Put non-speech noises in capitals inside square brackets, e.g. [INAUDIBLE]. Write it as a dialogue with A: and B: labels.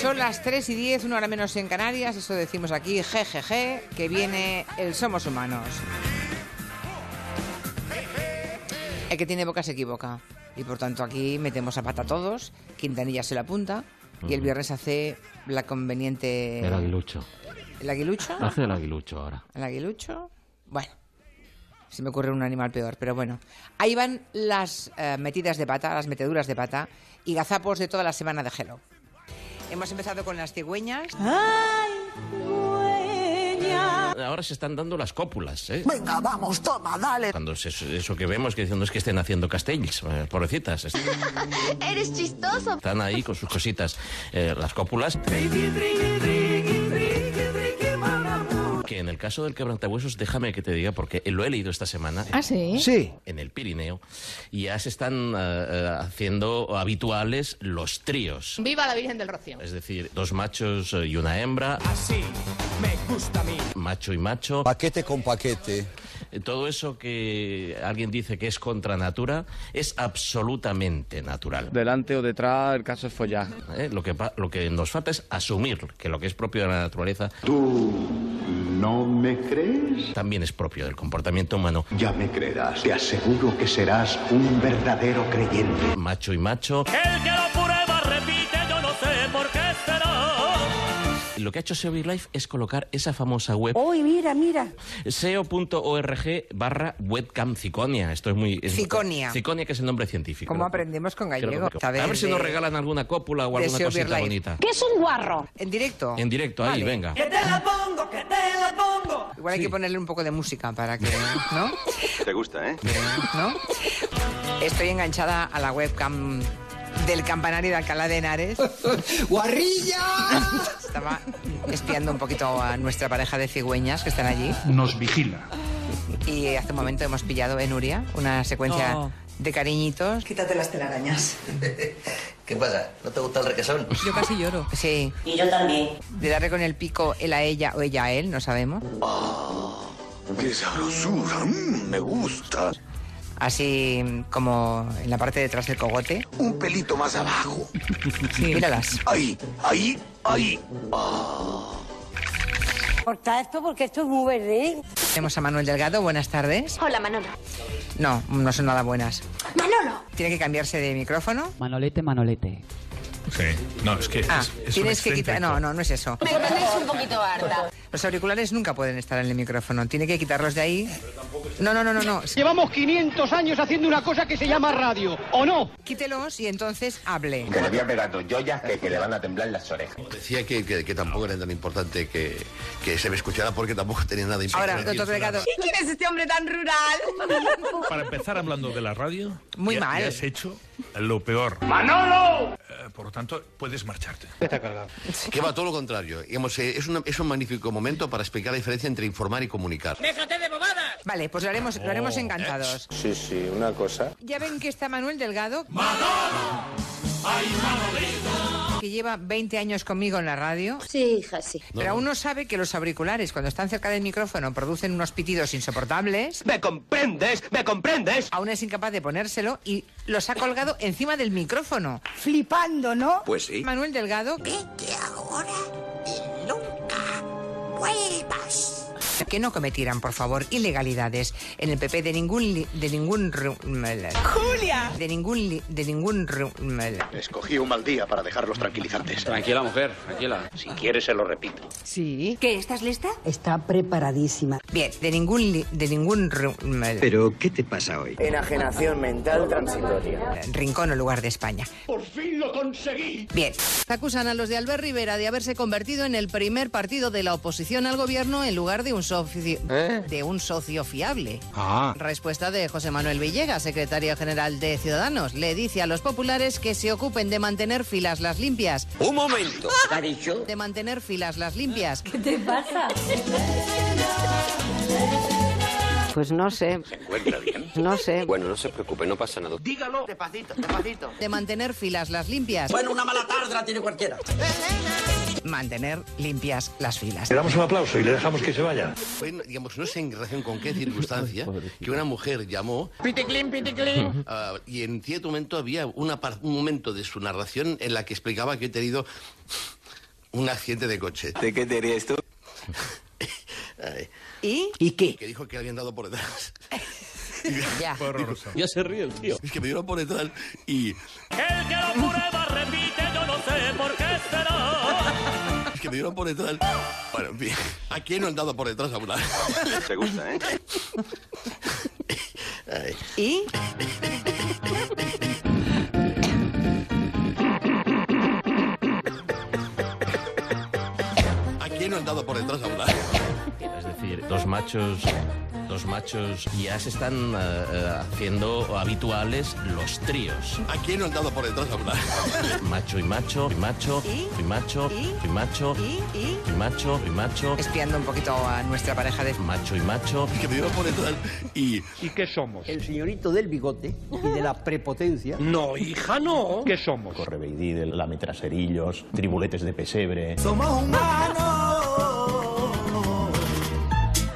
A: Son las 3 y 10, una hora menos en Canarias, eso decimos aquí, jejeje, que viene el Somos Humanos. El que tiene boca se equivoca. Y por tanto aquí metemos a pata todos, Quintanilla se la apunta y el viernes hace la conveniente...
B: El aguilucho.
A: ¿El aguilucho?
C: Ah.
B: Hace el aguilucho ahora.
A: ¿El aguilucho? Bueno, se me ocurre un animal peor, pero bueno. Ahí van las eh, metidas de pata, las meteduras de pata y gazapos de toda la semana de Hello. Hemos empezado con las cigüeñas.
C: Ahora se están dando las cópulas, ¿eh?
D: Venga, vamos, toma, dale.
C: Cuando es eso, eso que vemos, que dicen, no es que estén haciendo castells, eh, pobrecitas. es-
E: Eres chistoso.
D: [LAUGHS]
C: Están ahí con sus cositas, eh, las cópulas. Que en el caso del quebrantahuesos, déjame que te diga, porque lo he leído esta semana.
F: Ah, sí.
D: Sí.
C: En el Pirineo, y ya se están eh, eh, haciendo habituales los tríos.
F: Viva la Virgen del Rocío.
C: Es decir, dos machos eh, y una hembra. Así me gusta a mí. Macho y macho.
G: Paquete con paquete.
C: Eh, Todo eso que alguien dice que es contra natura es absolutamente natural.
H: Delante o detrás, el caso es follar.
C: ¿eh? Lo, que, pa- lo que nos falta es asumir que lo que es propio de la naturaleza
I: ¿Tú no me crees?
C: también es propio del comportamiento humano.
I: Ya me creerás. Te aseguro que serás un verdadero creyente.
C: Macho y macho. Lo que ha hecho SEO Big Life es colocar esa famosa web
J: Uy, mira, mira.
C: seo.org barra webcam ciconia. Esto es muy... es-
A: Ciconia.
C: Ciconia, que es el nombre científico.
A: ¿Cómo aprendemos con
C: Creo que-
A: gallego?
C: A ver si nos regalan alguna cópula o
A: de
C: alguna
A: SEO Big
C: cosita
A: Life.
C: bonita.
E: ¿Qué es un guarro?
A: En directo.
C: En directo, ahí,
A: Vale.
C: venga.
A: Igual hay que ponerle un poco de música para que... ¿No?
I: Te gusta, ¿eh?
A: ¿No? Estoy enganchada a la webcam del campanario de Alcalá de Henares.
D: ¡Guarrilla!
A: Estaba espiando un poquito a nuestra pareja de cigüeñas que están allí.
K: nos vigila.
A: Y hace un momento hemos pillado en Uria una secuencia de cariñitos.
D: Quítate las telarañas.
G: ¿Qué pasa? ¿No te gusta el requesón?
L: Yo casi lloro.
A: Sí,
J: Y yo también.
A: de darle con el pico él a ella o ella a él, no sabemos.
I: ¡Qué sabrosura! mm, me gusta.
A: Así como en la parte detrás del cogote.
I: Un pelito más abajo.
A: Míralas.
I: Ahí, ahí, ahí.
J: Corta esto porque esto es muy verde.
A: Tenemos a Manuel Delgado, buenas tardes.
E: Hola, Manolo.
A: No, no son nada buenas.
E: Manolo.
A: Tiene que cambiarse de micrófono.
L: Manolete, Manolete.
K: No, es que
A: Ah,
K: es, es
A: tienes
K: un
A: que quitar. No,
K: excéntrico.
A: no, no es eso.
E: Me tenéis un poquito harta.
A: Los auriculares nunca pueden estar en el micrófono. Tiene que quitarlos de ahí. No, no, no, no, no.
H: Llevamos 500 años haciendo una cosa que se llama radio, ¿o no?
A: Quítelos y entonces hable.
I: Que le voy a pegar dos joyas que, le van a temblar las orejas.
G: Decía que, que, que tampoco era tan importante que, que se me escuchara porque tampoco tenía nada importante.
A: Ahora, doctor Delgado,
J: ¿Quién es este hombre tan rural?
K: Para empezar hablando de la radio,
A: Muy
K: ya- ya
A: mal.
K: has hecho lo peor. Eh, por lo tanto, puedes marcharte.
G: Que va todo lo contrario. Digamos, eh, es, una- es un magnífico momento para explicar la diferencia entre informar y comunicar.
A: Vale, pues lo haremos, lo
K: Oh,
A: haremos encantados.
K: eh,
A: Sí, sí, una cosa. Ya ven que está Manuel Delgado. Que lleva 20 años conmigo en la radio.
E: Sí, hija, sí.
A: Pero aún no sabe que los auriculares, cuando están cerca del micrófono, producen unos pitidos insoportables.
H: ¿Me comprendes? ¿Me comprendes?
A: Aún es incapaz de ponérselo y los ha colgado encima del micrófono.
J: Flipando, ¿no?
I: Pues sí.
A: Manuel Delgado,
D: Vete ahora y nunca vuelvas.
A: que no cometieran, por favor, ilegalidades en el PP de ningún li- de ningún ru- mm,
J: Julia.
A: de ningún li- de ningún ru- mm,
I: Escogí un mal día para dejarlos tranquilizantes.
H: Tranquila, mujer, tranquila.
I: Si quieres, se lo repito.
A: Sí.
E: ¿Qué? ¿Estás lista?
J: Está preparadísima.
A: Bien, de ningún li- de ningún ru- mm,
G: Pero, ¿qué te pasa hoy?
D: Enajenación mental transitoria.
A: rincón o lugar de España. Por fin lo conseguí. Bien.
L: Acusan a los de Albert Rivera de haberse convertido en el primer partido de la oposición al gobierno en lugar de un socio, de un socio fiable. Respuesta de José Manuel Villegas, secretario general de Ciudadanos. Le dice a los populares que se ocupen de mantener filas las limpias.
G: ¡Un momento!
L: De mantener filas las limpias.
J: ¿Qué pasa?
L: Pues no sé. ¿Se encuentra bien? No sé.
G: Bueno, no se preocupe, no pasa nada.
D: Dígalo. Despacito, despacito.
L: De mantener filas las limpias.
D: Bueno, una mala tarde la tiene cualquiera.
A: Mantener limpias las filas.
K: Le damos un aplauso y le dejamos que se vaya.
G: Fue, digamos, no sé en relación con qué [LAUGHS] circunstancia que una mujer llamó
D: Piticlin, piticlin.
G: [LAUGHS] ah, y en cierto momento había una par- un momento de su narración en la que explicaba que he tenido un accidente de coche.
I: ¿De qué te harías tú?
G: Ay,
A: ¿Y? ¿Y qué?
G: que dijo que le habían dado por detrás.
A: Ya.
K: Fue horroroso.
C: Ya se ríe el tío.
G: Es que me dieron por detrás y...
B: El que lo prueba repite, yo no sé por qué será.
G: Es que me dieron por detrás. Bueno, en fin, ¿a quién no han dado por detrás alguna vez?
I: Te gusta, ¿eh?
G: Ay,
A: ¿Y?
G: ¿A quién no han dado por detrás alguna vez?
C: Es decir, dos machos, dos machos ya se están eh, eh, haciendo habituales los tríos.
G: ¿A quién no han dado por detrás alguna vez?
C: Macho y macho, y macho, y macho, y macho, y macho, y macho,
A: Espiando un poquito a nuestra pareja de...
C: macho y macho.
G: Es que me dieron por detrás y...
H: ¿Y qué somos?
D: El señorito del bigote y de la prepotencia.
H: No, hija, no. ¿Qué somos?
B: Correveidí, lamitraserillos, tribuletes de pesebre.
D: Somos humanos.